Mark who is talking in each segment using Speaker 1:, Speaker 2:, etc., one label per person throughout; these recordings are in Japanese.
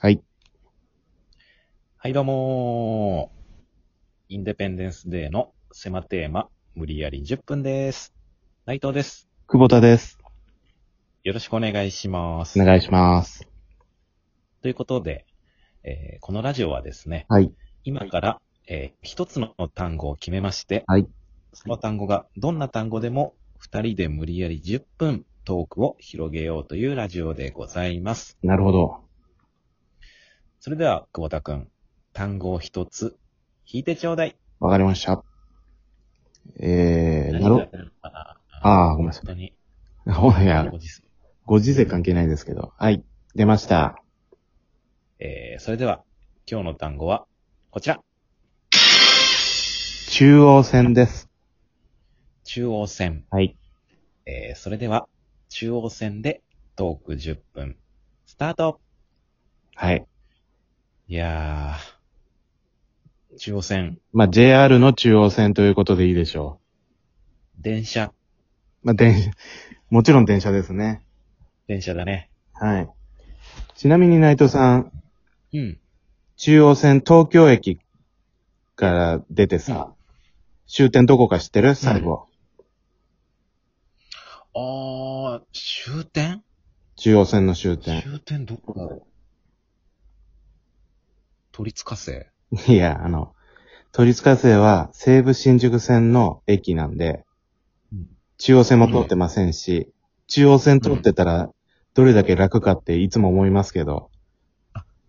Speaker 1: はい。
Speaker 2: はい、どうもーインデペンデンスデーの狭テーマ、無理やり10分です。内藤です。
Speaker 1: 久保田です。
Speaker 2: よろしくお願いします。
Speaker 1: お願いします。
Speaker 2: ということで、えーこのラジオはですね、
Speaker 1: はい。
Speaker 2: 今から、えー一つの単語を決めまして、
Speaker 1: はい
Speaker 2: その単語がどんな単語でも二人で無理やり10分トークを広げようというラジオでございます。
Speaker 1: なるほど。
Speaker 2: それでは、久保田くん、単語を一つ、引いてちょうだい。
Speaker 1: わかりました。えー、な
Speaker 2: 何が
Speaker 1: る
Speaker 2: 出るかな
Speaker 1: あーごめんなさい
Speaker 2: 本当に。
Speaker 1: ほど。いや、
Speaker 2: ご時世
Speaker 1: ご時世関係ないですけど。はい。出ました。
Speaker 2: えー、それでは、今日の単語は、こちら。
Speaker 1: 中央線です。
Speaker 2: 中央線。
Speaker 1: はい。
Speaker 2: えー、それでは、中央線でトーク10分、スタート
Speaker 1: はい。
Speaker 2: いやー、中央線、
Speaker 1: まあ、JR の中央線ということでいいでしょ
Speaker 2: 電車、
Speaker 1: う。まあ、電、もちろん電車ですね。
Speaker 2: 電車だね。
Speaker 1: はい。ちなみに内藤さん、
Speaker 2: うん。
Speaker 1: 中央線東京駅から出てさ、終点どこか知ってる最後。
Speaker 2: あー、終点
Speaker 1: 中央線の終点。
Speaker 2: 終点どこだろう都立火星。
Speaker 1: いや、あの、都立火星は西武新宿線の駅なんで、
Speaker 2: うん
Speaker 1: 中央線も通ってませんし、中央線通ってたらどれだけ楽かっていつも思いますけど、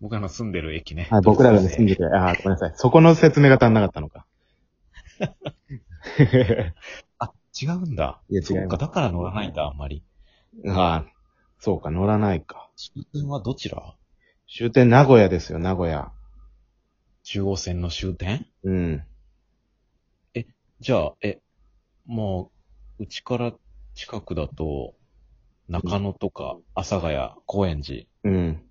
Speaker 2: 僕らの住んでる駅ね。
Speaker 1: あ僕らがね住んで
Speaker 2: る。
Speaker 1: て、あ、ごめんなさい。そこの説明が足んなかったの か。
Speaker 2: あ、違うんだ。
Speaker 1: いや違います
Speaker 2: そうか、だから乗らないんだ、あんまり。
Speaker 1: あそうか、乗らないか。
Speaker 2: 終点はどちら
Speaker 1: 終点名古屋ですよ、名古屋。
Speaker 2: 中央線の終点
Speaker 1: うん。
Speaker 2: じゃあ、え、もう、うちから近くだと、中野とか、阿佐ヶ谷、高円寺、
Speaker 1: うん。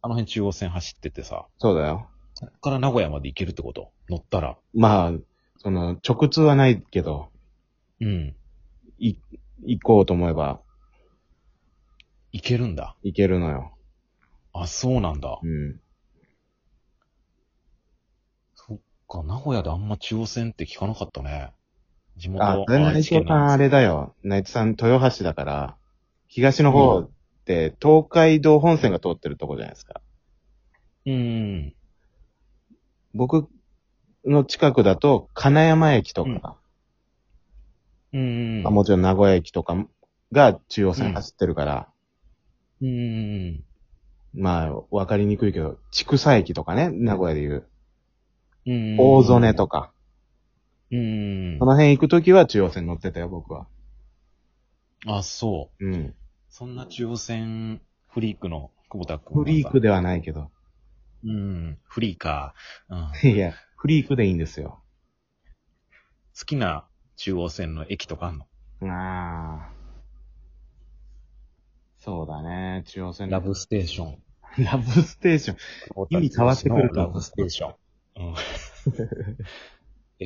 Speaker 2: あの辺中央線走っててさ、
Speaker 1: そうだよ。
Speaker 2: そっから名古屋まで行けるってこと乗ったら。
Speaker 1: まあ、その、直通はないけど、
Speaker 2: うん。
Speaker 1: い、行こうと思えば
Speaker 2: 行けるんだ。
Speaker 1: 行けるのよ。
Speaker 2: あ、そうなんだ。
Speaker 1: うん。
Speaker 2: そっか、名古屋であんま中央線って聞かなかったね。地元
Speaker 1: あ、全内
Speaker 2: 愛知県
Speaker 1: 藤さん
Speaker 2: な
Speaker 1: あ
Speaker 2: んです
Speaker 1: れだよ。内藤さん豊橋だから、東の方って東海道本線が通ってるとこじゃないですか。
Speaker 2: うん。
Speaker 1: 僕の近くだと金山駅とか、
Speaker 2: うん。
Speaker 1: あもちろん名古屋駅とかが中央線走ってるから、
Speaker 2: うん。
Speaker 1: まあ、わかりにくいけど、千草駅とかね、名古屋でいう、
Speaker 2: うん。
Speaker 1: 大曽根とか、
Speaker 2: うん
Speaker 1: そ。の辺行くときは中央線乗ってたよ、僕は。
Speaker 2: あ、そう。
Speaker 1: うん。
Speaker 2: そんな中央線フリークの久保田君
Speaker 1: フ
Speaker 2: はさ
Speaker 1: リークではないけど。
Speaker 2: うん、フリーか。うん、好
Speaker 1: いや、フリークでいいんですよ。
Speaker 2: きな中央線の駅とかあんの
Speaker 1: ああ。そうだね、中央線
Speaker 2: ラブステーション。
Speaker 1: ラブステーション。意味変わってくると思う
Speaker 2: ラブステーション。うん、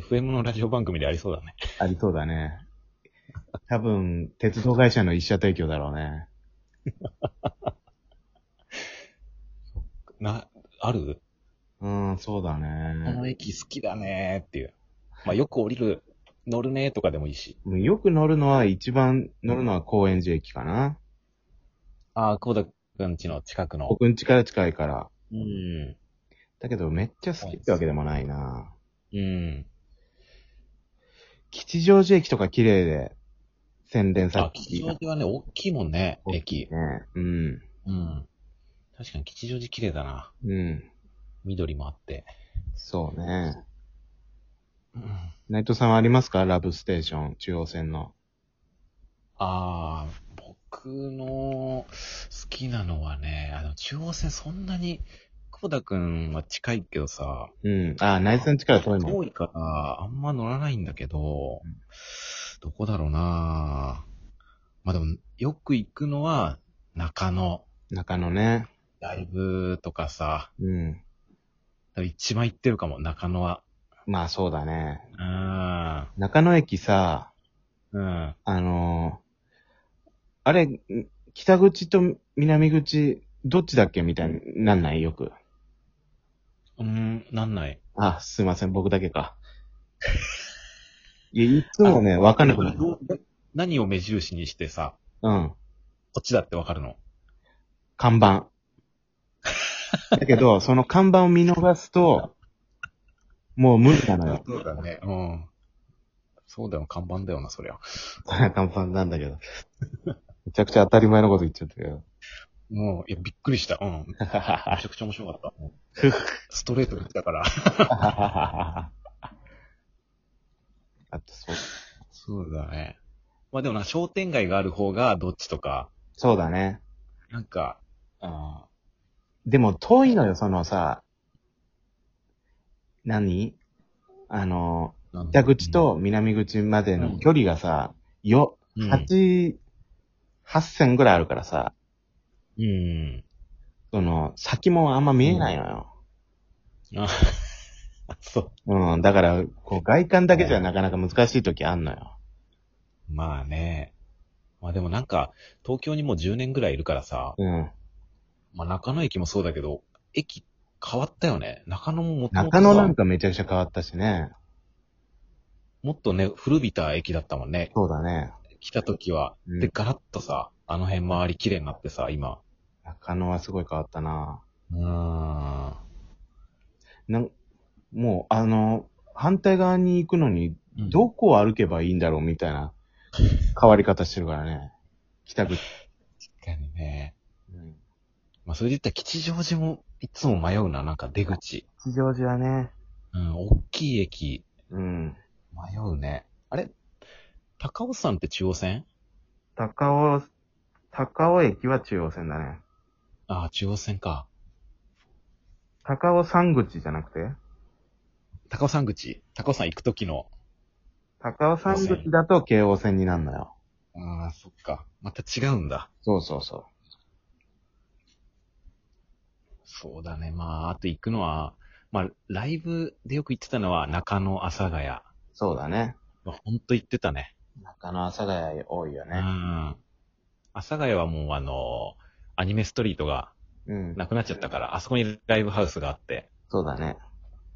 Speaker 2: FM のラジオ番組でありそうだね。
Speaker 1: ありそうだね。多分、鉄道会社の一社提供だろうね。
Speaker 2: な、ある
Speaker 1: うん、そうだ
Speaker 2: この
Speaker 1: ね。
Speaker 2: 駅好きだねーっていう。まあ、よく降りる、乗るねーとかでもいいし。
Speaker 1: よく乗るのは、一番乗るのは高円寺駅かな。
Speaker 2: ああ、久保田くんちの近くの。
Speaker 1: 僕ん家から近いから。
Speaker 2: うん。
Speaker 1: だけど、めっちゃ好きってわけでもないな。
Speaker 2: うん。
Speaker 1: 吉祥寺駅とか綺麗で、洗練さ
Speaker 2: あ、
Speaker 1: れて
Speaker 2: 吉
Speaker 1: いい
Speaker 2: 祥
Speaker 1: な
Speaker 2: 寺はね、大きいもんね、駅。
Speaker 1: ね。うん。
Speaker 2: うん。確かに吉祥寺綺麗だな。
Speaker 1: うん。
Speaker 2: 緑もあって。
Speaker 1: そうね。
Speaker 2: うん、
Speaker 1: 内藤さんはありますかラブステーション、中央線の。
Speaker 2: ああ、僕の好きなのはね、あの、中央線そんなに、久保田くんは近いけどさ、
Speaker 1: うん。あ、内線力遠いもん。
Speaker 2: 遠いから、あんま乗らないんだけど、どこだろうなまあでも、よく行くのは、中野、
Speaker 1: 中野ね。
Speaker 2: ライブとかさ、
Speaker 1: うん。
Speaker 2: 一番行ってるかも、中野は。
Speaker 1: まあそうだね。
Speaker 2: うん。
Speaker 1: 中野駅さ、
Speaker 2: うん。
Speaker 1: あのーあれ、ん北口と南口、どっちだっけみたいになんないよく。
Speaker 2: うーん、なんない。
Speaker 1: あ、すいません、僕だけか。いや、いつもね、わかんなくなる。
Speaker 2: どう何を目印にしてさ、
Speaker 1: うん。
Speaker 2: こっちだってわかるの。
Speaker 1: 看板。だけど、その看板を見逃すと、もう無理なのよ。
Speaker 2: そうだね。うん。そうだよ、看板だよな、そりゃ。
Speaker 1: 看板なんだけど。めちゃくちゃ当たり前のこと言っちゃったけど。
Speaker 2: もう、いや、びっくりした。うん。 めちゃくちゃ面白かった。うん
Speaker 1: ふふ
Speaker 2: ストレートに来たから。
Speaker 1: あと、そう。
Speaker 2: そうだね。まあでもな、商店街がある方がどっちとか、
Speaker 1: そうだね。
Speaker 2: なんか、あ
Speaker 1: でも遠いのよ、そのさ、何あの、
Speaker 2: ーなんだ
Speaker 1: 北口と南口までの距離がさ、よ、
Speaker 2: うん、
Speaker 1: 八、八千ぐらいあるからさ、
Speaker 2: うん。
Speaker 1: その、先もあんま見えないのよ。
Speaker 2: あ、そう。
Speaker 1: うん、だから、こう、外観だけじゃなかなか難しい時あんのよ。
Speaker 2: まあね。まあでもなんか、東京にもう10年ぐらいいるからさ、
Speaker 1: うん。
Speaker 2: まあ中野駅もそうだけど、駅変わったよね。中野ももっともっと
Speaker 1: 中野
Speaker 2: さ
Speaker 1: なんかめちゃくちゃ変わったしね。
Speaker 2: もっとね、古びた駅だったもんね。
Speaker 1: そうだね。
Speaker 2: 来た時は。
Speaker 1: うん
Speaker 2: で、ガラッとさ、あの辺周り綺麗になってさ、今。
Speaker 1: 中野はすごい変わったな。
Speaker 2: うーん。
Speaker 1: なん、もう、あの、反対側に行くのに、
Speaker 2: ど
Speaker 1: どこを歩けばいいんだろうみたいな変わり方してるからね。北口。
Speaker 2: っかにね。
Speaker 1: うん。
Speaker 2: まあそれで言ったら吉祥寺もいつも迷うな、なんか出口。
Speaker 1: 吉祥寺はね。
Speaker 2: うん、大きい駅、
Speaker 1: うん。
Speaker 2: 迷うね。あれ高尾山って中央線
Speaker 1: 高尾、高尾駅は中央線だね。
Speaker 2: ああ、中央線か。
Speaker 1: 高尾山口じゃなくて
Speaker 2: 高尾山口。高尾山行く時の。
Speaker 1: 高尾山口だと京王線になるのよ。
Speaker 2: ああ、そっか。また違うんだ。
Speaker 1: そうそうそ
Speaker 2: そうだね。まあ、あと行くのは、まあ、ライブでよく行ってたのは中野、阿佐ヶ谷。ま
Speaker 1: う。そうだね。
Speaker 2: あ、ほんと行ってたね。
Speaker 1: 中野阿佐ヶ谷多いよ
Speaker 2: うん。
Speaker 1: ね。
Speaker 2: 阿佐ヶ谷はもうあの、アニメストリートが
Speaker 1: うん。
Speaker 2: なくなっちゃったから、あそこにライブハウスがあって、
Speaker 1: そうだね。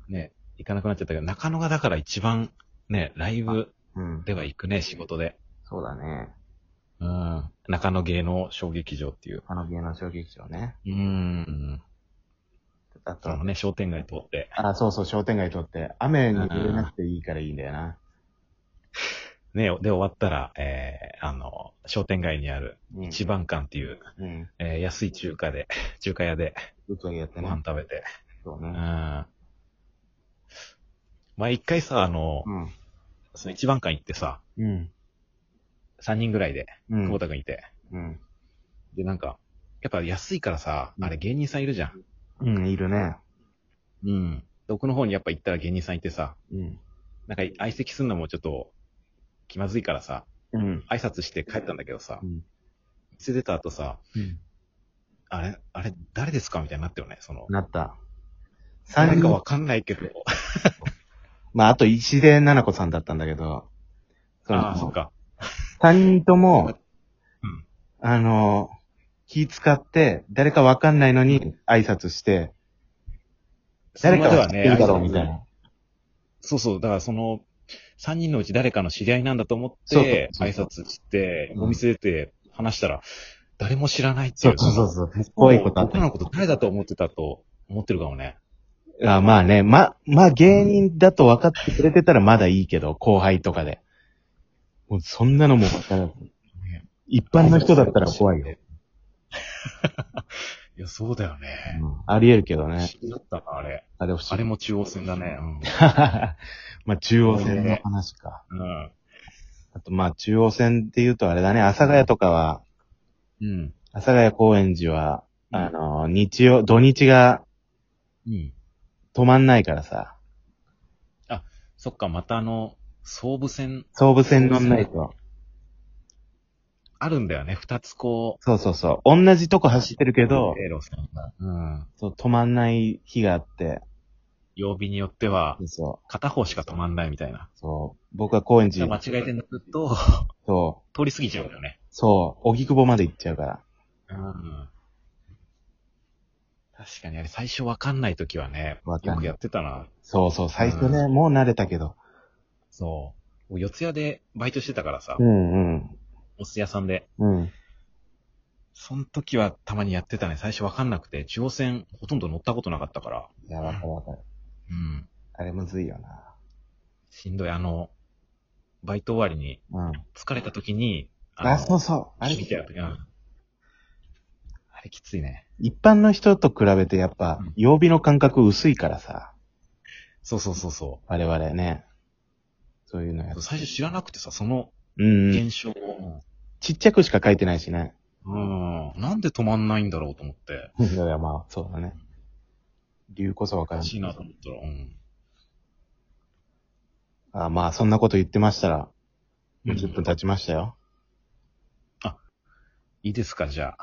Speaker 2: ね、行かなくなっちゃったけど、中野がだから一番、ね、ライブ
Speaker 1: うん。
Speaker 2: では行くね、仕事で。
Speaker 1: そうだね。
Speaker 2: うん。中野芸能小劇場っていう。
Speaker 1: あの芸能小劇場ね。
Speaker 2: うん。
Speaker 1: あ
Speaker 2: そ
Speaker 1: と
Speaker 2: の、ね、商店街通って。
Speaker 1: あ、そうそう、商店街通って、雨に濡れなくていいからいいんだよな。
Speaker 2: ね、で終わったら、えー、あの、商店街にある
Speaker 1: うん
Speaker 2: 一番館っていう、
Speaker 1: うん。
Speaker 2: えー安い中華で、 中華屋で
Speaker 1: うつわけやって
Speaker 2: ご
Speaker 1: ね
Speaker 2: 飯。食べて。
Speaker 1: そう
Speaker 2: うん。
Speaker 1: ね。
Speaker 2: まあ一回さ、あの、
Speaker 1: うん。
Speaker 2: その一番館行ってさ、
Speaker 1: うん。
Speaker 2: 3人ぐらいで、
Speaker 1: う
Speaker 2: 久保
Speaker 1: ん。
Speaker 2: 田くんいて。
Speaker 1: うん。
Speaker 2: で、なんか、やっぱ安いからさ、あれ芸人さんいるじゃん。
Speaker 1: うん、いるね。
Speaker 2: うん。で奥の方にやっぱ行ったら芸人さんいてさ、
Speaker 1: うん。
Speaker 2: なんか相席すんのもちょっと気まずいからさ、
Speaker 1: うん。
Speaker 2: 挨拶して帰ったんだけどさ、
Speaker 1: うん
Speaker 2: 店出た後さ、あれ、あれ誰ですかみたいになったよね、その。
Speaker 1: なった。
Speaker 2: 誰
Speaker 1: 三
Speaker 2: か
Speaker 1: 人
Speaker 2: わかんないけど。
Speaker 1: まあ、あと石出奈々子さんだったんだけど、そ
Speaker 2: ああ、そっ
Speaker 1: の、
Speaker 2: か。
Speaker 1: 三人とも、
Speaker 2: うん
Speaker 1: あの、気使って、誰かわかんないのに挨拶して、誰か
Speaker 2: その場
Speaker 1: は知っ
Speaker 2: で
Speaker 1: てるだろう
Speaker 2: 挨拶
Speaker 1: みたいな。
Speaker 2: そうそう、だからその、3人のうち誰かの知り合いなんだと思っ
Speaker 1: そう
Speaker 2: て、
Speaker 1: そう
Speaker 2: 挨
Speaker 1: そう
Speaker 2: 拶して
Speaker 1: う、ん
Speaker 2: お店出て話したら、誰も知らないって
Speaker 1: そ
Speaker 2: いうう。
Speaker 1: そうそうそう。怖いことあっ
Speaker 2: 僕
Speaker 1: た
Speaker 2: らのこと誰だと思ってたと思ってるかもね。
Speaker 1: あまあね、ま、まあ芸人だと分かってくれてたらまだいいけど、後輩とかで。もうそんなのも分からず。一般の人だったら怖いよ。。
Speaker 2: いや、そうだよね。
Speaker 1: うんあり得るけど
Speaker 2: 不思
Speaker 1: ね。
Speaker 2: 議だったな、あれ。
Speaker 1: あれ不思議
Speaker 2: あれ。も中央線だね。
Speaker 1: まあ中央線の話か。
Speaker 2: うん。うん。
Speaker 1: あとまあ中央線って言うとあれだね、阿佐ヶ谷とかは、
Speaker 2: うん。
Speaker 1: 阿佐ヶ谷公園寺は、あの、日曜、土日が
Speaker 2: うん。
Speaker 1: 止まんないからさ、
Speaker 2: そっか、またあの、総武線
Speaker 1: 総武線乗んないと。
Speaker 2: あるんだよね。二つこう。
Speaker 1: そうそうそう。同じとこ走ってるけど、
Speaker 2: 路線が。うん。
Speaker 1: そう止まんない日があって、
Speaker 2: 曜日によっては、
Speaker 1: そう。
Speaker 2: 片方しか止まんないみたいな。
Speaker 1: そう。僕は高円
Speaker 2: 間
Speaker 1: 寺、
Speaker 2: 違えて抜くと、
Speaker 1: そう、
Speaker 2: 通り過ぎちゃうんだよね。
Speaker 1: そう、荻窪まで行っちゃうから。
Speaker 2: うん。確かに、あれ最初わかんないときはね、
Speaker 1: わかんない
Speaker 2: よくやってたな。
Speaker 1: そうそう、最初ね、もう慣れたけど。
Speaker 2: そう。もう四ツ谷でバイトしてたからさ、
Speaker 1: うんうん。
Speaker 2: お寿司屋さんで。
Speaker 1: うん。
Speaker 2: その時はたまにやってたね。最初わかんなくて、中央線ほとんど乗ったことなかったから。
Speaker 1: いや、わかるわかる。
Speaker 2: うん。
Speaker 1: あれむずいよな。
Speaker 2: しんどい。あの、バイト終わりに、
Speaker 1: うん。
Speaker 2: 疲れた時に、
Speaker 1: あ、そううそう。あ
Speaker 2: あ
Speaker 1: れ
Speaker 2: れ、見てやる時、うん。あれきついね。
Speaker 1: 一般の人と比べてやっぱ
Speaker 2: うん、
Speaker 1: 曜日の感覚薄いからさ、
Speaker 2: そうそうそうそ
Speaker 1: 我々ね。そういうのや
Speaker 2: う。
Speaker 1: つ。
Speaker 2: 最初知らなくてさ、その
Speaker 1: うんうん。
Speaker 2: 現象を。
Speaker 1: ちっちゃくしか書いてないしね。
Speaker 2: うん。なんで止まんないんだろうと思って。
Speaker 1: いや、まあ、そうだね。理由こそわ
Speaker 2: お
Speaker 1: か
Speaker 2: から
Speaker 1: ん
Speaker 2: しいな
Speaker 1: ない。
Speaker 2: と思ったら、うん。
Speaker 1: あまあ、そんなこと言ってましたら、
Speaker 2: うん
Speaker 1: 10分経ちましたよ。
Speaker 2: いいですか、じゃ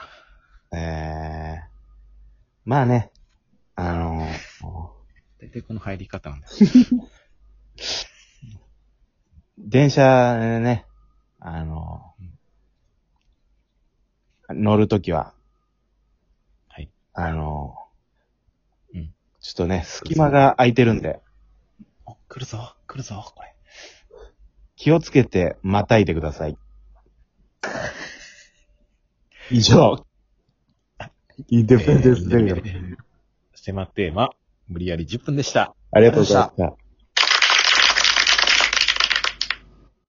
Speaker 2: あ。
Speaker 1: えー、まあね、あの
Speaker 2: 大体この入り方なんです。
Speaker 1: 電車でね、あの乗るときは、
Speaker 2: はい。
Speaker 1: あの
Speaker 2: うん
Speaker 1: ちょっとね、隙間が空いてるんで、
Speaker 2: お、来るぞ、来るぞ、これ。
Speaker 1: 気をつけてまたいでください。以上。いいデ
Speaker 2: えー迫って、ま、無理やり10分でした。
Speaker 1: ありがとうございました。